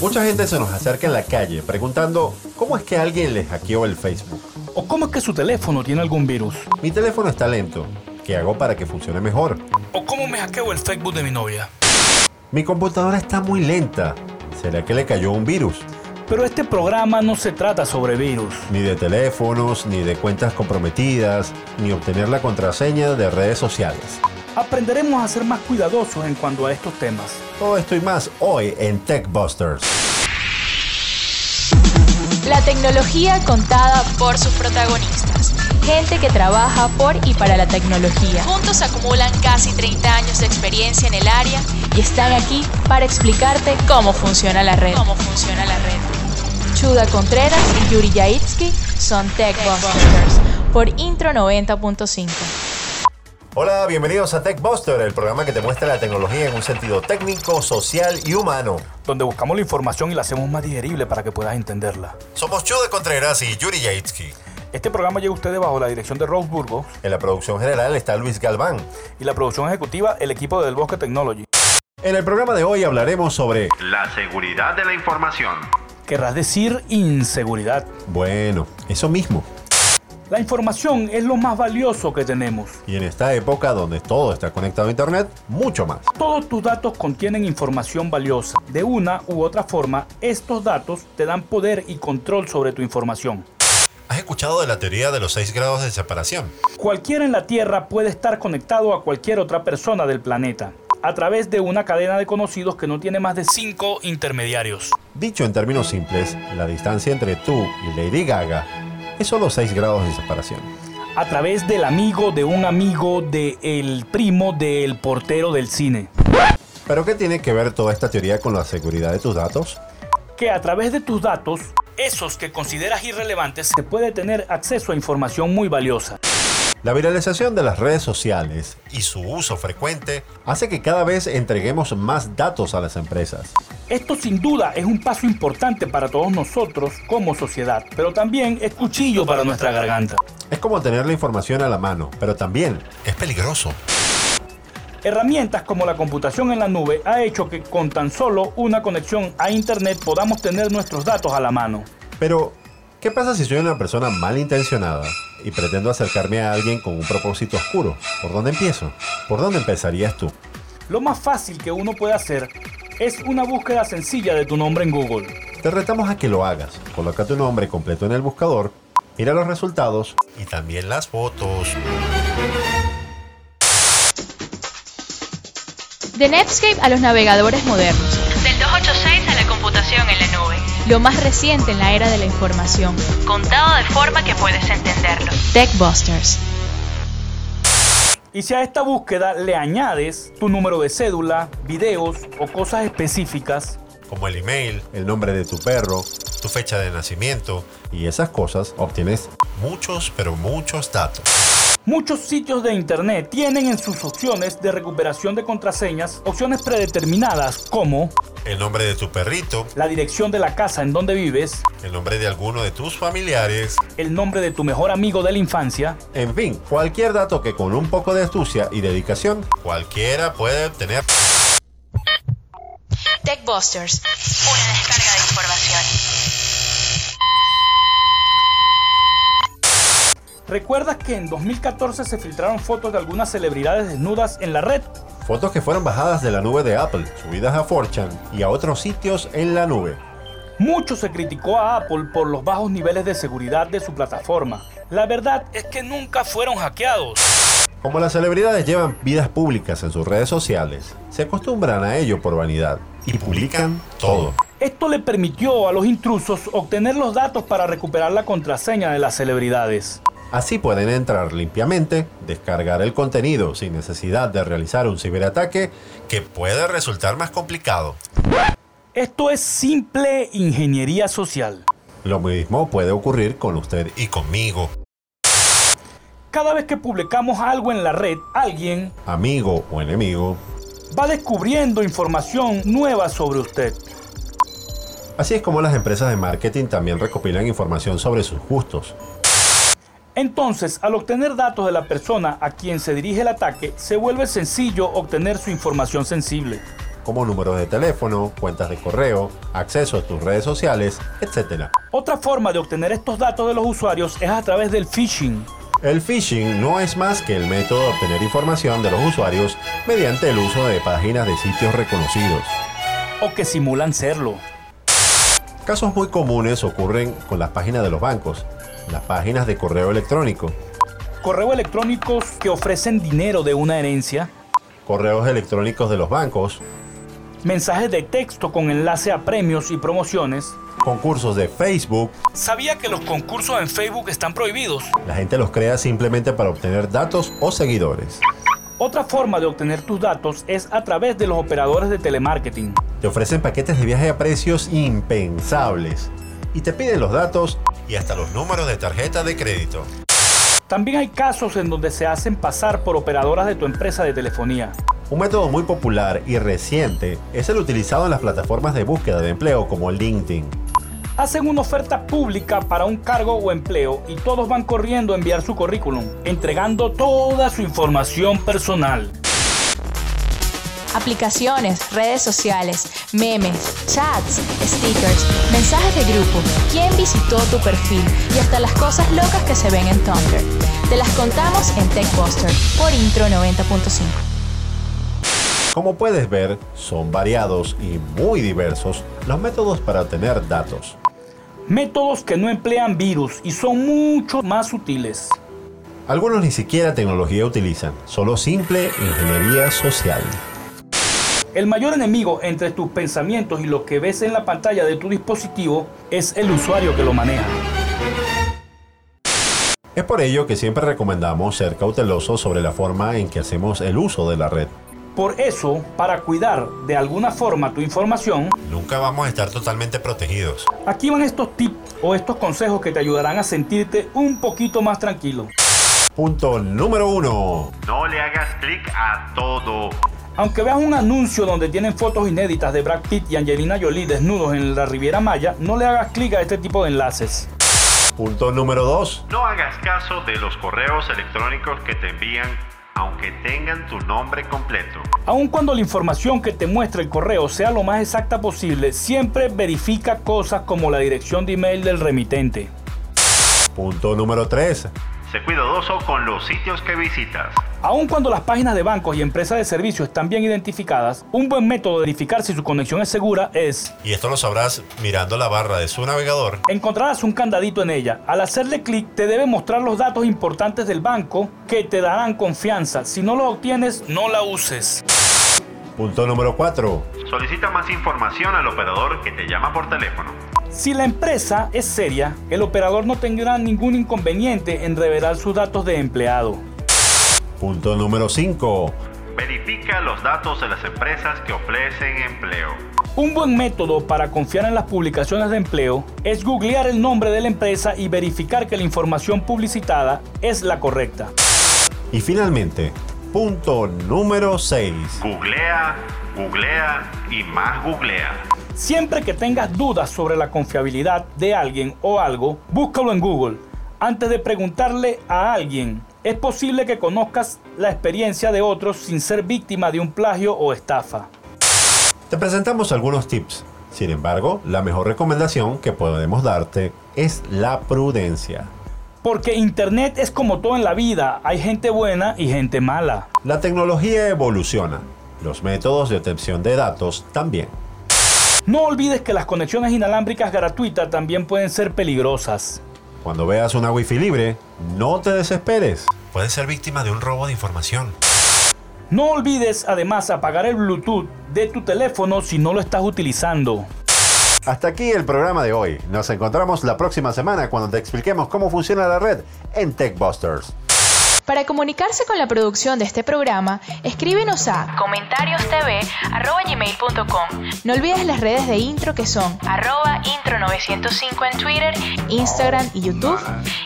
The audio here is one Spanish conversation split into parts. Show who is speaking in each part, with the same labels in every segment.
Speaker 1: Mucha gente se nos acerca en la calle preguntando cómo es que alguien le hackeó el Facebook.
Speaker 2: ¿O cómo es que su teléfono tiene algún virus?
Speaker 1: Mi teléfono está lento. ¿Qué hago para que funcione mejor?
Speaker 2: ¿O cómo me hackeo el Facebook de mi novia?
Speaker 1: Mi computadora está muy lenta. ¿Será que le cayó un virus?
Speaker 2: Pero este programa no se trata sobre virus.
Speaker 1: Ni de teléfonos, ni de cuentas comprometidas, ni obtener la contraseña de redes sociales.
Speaker 2: Aprenderemos a ser más cuidadosos en cuanto a estos temas.
Speaker 1: Todo esto y más hoy en TechBusters.
Speaker 3: La tecnología contada por sus protagonistas. Gente que trabaja por y para la tecnología. Juntos acumulan casi 30 años de experiencia en el área y están aquí para explicarte cómo funciona la red. Cómo funciona la red. Chuda Contreras y Yuri Yaitsky son TechBusters por Intro 90.5.
Speaker 1: Hola, bienvenidos a TechBuster, el programa que te muestra la tecnología en un sentido técnico, social y humano.
Speaker 2: Donde buscamos la información y la hacemos más digerible para que puedas entenderla.
Speaker 1: Somos Chude Contreras y Yuri Yaitsky.
Speaker 2: Este programa llega a ustedes bajo la dirección de Rose Burgos
Speaker 1: En la producción general está Luis Galván.
Speaker 2: y la producción ejecutiva el equipo del Bosque Technology.
Speaker 1: En el programa de hoy hablaremos sobre...
Speaker 4: La seguridad de la información.
Speaker 2: Querrás decir inseguridad.
Speaker 1: Bueno, eso mismo.
Speaker 2: La información es lo más valioso que tenemos.
Speaker 1: Y en esta época donde todo está conectado a Internet, mucho más.
Speaker 2: Todos tus datos contienen información valiosa. De una u otra forma, estos datos te dan poder y control sobre tu información.
Speaker 1: ¿Has escuchado de la teoría de los 6 grados de separación?
Speaker 2: Cualquiera en la Tierra puede estar conectado a cualquier otra persona del planeta a través de una cadena de conocidos que no tiene más de 5 intermediarios.
Speaker 1: Dicho en términos simples, la distancia entre tú y Lady Gaga es solo 6 grados de separación.
Speaker 2: A través del amigo de un amigo del primo del portero del cine.
Speaker 1: ¿Pero qué tiene que ver toda esta teoría con la seguridad de tus datos?
Speaker 2: Que a través de tus datos, esos que consideras irrelevantes, se puede tener acceso a información muy valiosa.
Speaker 1: La viralización de las redes sociales y su uso frecuente hace que cada vez entreguemos más datos a las empresas.
Speaker 2: Esto sin duda es un paso importante para todos nosotros como sociedad, pero también es cuchillo para nuestra garganta.
Speaker 1: Es como tener la información a la mano, pero también es peligroso.
Speaker 2: Herramientas como la computación en la nube ha hecho que con tan solo una conexión a Internet podamos tener nuestros datos a la mano.
Speaker 1: Pero, ¿qué pasa si soy una persona malintencionada y pretendo acercarme a alguien con un propósito oscuro? ¿Por dónde empiezo? ¿Por dónde empezarías tú?
Speaker 2: Lo más fácil que uno puede hacer es una búsqueda sencilla de tu nombre en Google.
Speaker 1: Te retamos a que lo hagas. Coloca tu nombre completo en el buscador, mira los resultados y también las fotos.
Speaker 3: De Netscape a los navegadores modernos.
Speaker 5: Del 286 a la computación en la nube.
Speaker 3: Lo más reciente en la era de la información.
Speaker 5: Contado de forma que puedes entenderlo.
Speaker 3: TechBusters.
Speaker 2: Y si a esta búsqueda le añades tu número de cédula, videos o cosas específicas,
Speaker 1: como el email, el nombre de tu perro, tu fecha de nacimiento y esas cosas, obtienes muchos, pero muchos datos.
Speaker 2: Muchos sitios de internet tienen en sus opciones de recuperación de contraseñas opciones predeterminadas como
Speaker 1: El nombre de tu perrito,
Speaker 2: la dirección de la casa en donde vives,
Speaker 1: el nombre de alguno de tus familiares.
Speaker 2: el nombre de tu mejor amigo de la infancia,
Speaker 1: En fin, cualquier dato que con un poco de astucia y dedicación cualquiera puede obtener.
Speaker 3: TechBusters.
Speaker 5: Una descarga de información.
Speaker 2: ¿Recuerdas que en 2014 se filtraron fotos de algunas celebridades desnudas en la red?
Speaker 1: Fotos que fueron bajadas de la nube de Apple, subidas a 4chan y a otros sitios en la nube.
Speaker 2: Mucho se criticó a Apple por los bajos niveles de seguridad de su plataforma. La verdad es que nunca fueron hackeados.
Speaker 1: Como las celebridades llevan vidas públicas en sus redes sociales, se acostumbran a ello por vanidad y publican todo.
Speaker 2: Esto le permitió a los intrusos obtener los datos para recuperar la contraseña de las celebridades.
Speaker 1: Así pueden entrar limpiamente, descargar el contenido sin necesidad de realizar un ciberataque que puede resultar más complicado.
Speaker 2: Esto es simple ingeniería social.
Speaker 1: Lo mismo puede ocurrir con usted y conmigo.
Speaker 2: Cada vez que publicamos algo en la red, alguien
Speaker 1: Amigo o enemigo.
Speaker 2: va descubriendo información nueva sobre usted.
Speaker 1: Así es como las empresas de marketing también recopilan información sobre sus gustos.
Speaker 2: Entonces, al obtener datos de la persona a quien se dirige el ataque, se vuelve sencillo obtener su información sensible.
Speaker 1: como números de teléfono, cuentas de correo, acceso a tus redes sociales, etc.
Speaker 2: Otra forma de obtener estos datos de los usuarios es a través del phishing.
Speaker 1: El phishing no es más que el método de obtener información de los usuarios mediante el uso de páginas de sitios reconocidos.
Speaker 2: O que simulan serlo.
Speaker 1: Casos muy comunes ocurren con las páginas de los bancos, las páginas de correo electrónico,
Speaker 2: Correo electrónicos que ofrecen dinero de una herencia.
Speaker 1: correos electrónicos de los bancos,
Speaker 2: Mensajes de texto con enlace a premios y promociones.
Speaker 1: concursos de Facebook.
Speaker 2: ¿Sabía que los concursos en Facebook están prohibidos?
Speaker 1: La gente los crea simplemente para obtener datos o seguidores.
Speaker 2: Otra forma de obtener tus datos es a través de los operadores de telemarketing.
Speaker 1: Te ofrecen paquetes de viaje a precios impensables y te piden los datos y hasta los números de tarjeta de crédito.
Speaker 2: También hay casos en donde se hacen pasar por operadoras de tu empresa de telefonía.
Speaker 1: Un método muy popular y reciente es el utilizado en las plataformas de búsqueda de empleo como LinkedIn.
Speaker 2: Hacen una oferta pública para un cargo o empleo y todos van corriendo a enviar su currículum, entregando toda su información personal.
Speaker 3: Aplicaciones, redes sociales, memes, chats, stickers, mensajes de grupo, quién visitó tu perfil y hasta las cosas locas que se ven en Tumblr. Te las contamos en TechBuster por Intro 90.5.
Speaker 1: Como puedes ver, son variados y muy diversos los métodos para obtener datos.
Speaker 2: Métodos que no emplean virus y son mucho más sutiles.
Speaker 1: Algunos ni siquiera tecnología utilizan, solo simple ingeniería social.
Speaker 2: El mayor enemigo entre tus pensamientos y lo que ves en la pantalla de tu dispositivo es el usuario que lo maneja.
Speaker 1: Es por ello que siempre recomendamos ser cautelosos sobre la forma en que hacemos el uso de la red.
Speaker 2: Por eso, para cuidar de alguna forma tu información,
Speaker 1: Nunca vamos a estar totalmente protegidos.
Speaker 2: aquí van estos tips o estos consejos que te ayudarán a sentirte un poquito más tranquilo.
Speaker 1: Punto número uno.
Speaker 4: No le hagas clic a todo.
Speaker 2: Aunque veas un anuncio donde tienen fotos inéditas de Brad Pitt y Angelina Jolie desnudos en la Riviera Maya, no le hagas clic a este tipo de enlaces.
Speaker 1: Punto número dos.
Speaker 4: No hagas caso de los correos electrónicos que te envían aunque tengan tu nombre completo.
Speaker 2: Aun cuando la información que te muestra el correo sea lo más exacta posible, siempre verifica cosas como la dirección de email del remitente.
Speaker 1: Punto número tres.
Speaker 4: Sé cuidadoso con los sitios que visitas.
Speaker 2: Aun cuando las páginas de bancos y empresas de servicios están bien identificadas, un buen método de verificar si su conexión es segura es
Speaker 1: Y esto lo sabrás mirando la barra de su navegador.
Speaker 2: encontrarás un candadito en ella. Al hacerle clic te debe mostrar los datos importantes del banco que te darán confianza. Si no los obtienes, no la uses.
Speaker 1: Punto número cuatro.
Speaker 4: Solicita más información al operador que te llama por teléfono.
Speaker 2: Si la empresa es seria, el operador no tendrá ningún inconveniente en revelar sus datos de empleado.
Speaker 1: Punto número cinco.
Speaker 4: Verifica los datos de las empresas que ofrecen empleo.
Speaker 2: Un buen método para confiar en las publicaciones de empleo es googlear el nombre de la empresa y verificar que la información publicitada es la correcta.
Speaker 1: Y finalmente, punto número seis.
Speaker 4: Googlea, googlea y más googlea.
Speaker 2: Siempre que tengas dudas sobre la confiabilidad de alguien o algo, búscalo en Google. Antes de preguntarle a alguien, es posible que conozcas la experiencia de otros sin ser víctima de un plagio o estafa.
Speaker 1: Te presentamos algunos tips. Sin embargo, la mejor recomendación que podemos darte es la prudencia.
Speaker 2: Porque Internet es como todo en la vida, hay gente buena y gente mala.
Speaker 1: La tecnología evoluciona. Los métodos de obtención de datos también.
Speaker 2: No olvides que las conexiones inalámbricas gratuitas también pueden ser peligrosas.
Speaker 1: Cuando veas una wifi libre, no te desesperes. Puedes ser víctima de un robo de información.
Speaker 2: No olvides además apagar el Bluetooth de tu teléfono si no lo estás utilizando.
Speaker 1: Hasta aquí el programa de hoy. Nos encontramos la próxima semana cuando te expliquemos cómo funciona la red en TechBusters.
Speaker 3: Para comunicarse con la producción de este programa, escríbenos a
Speaker 5: comentariostv.gmail.com
Speaker 3: No olvides las redes de intro que son
Speaker 5: arroba intro 905 en Twitter,
Speaker 3: Instagram y YouTube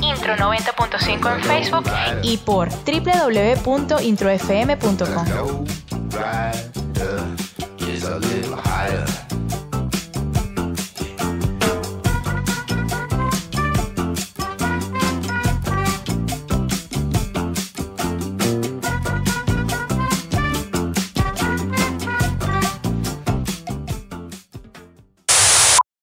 Speaker 5: intro 90.5 en Facebook
Speaker 3: y por www.introfm.com.
Speaker 6: Ride up, is a little high.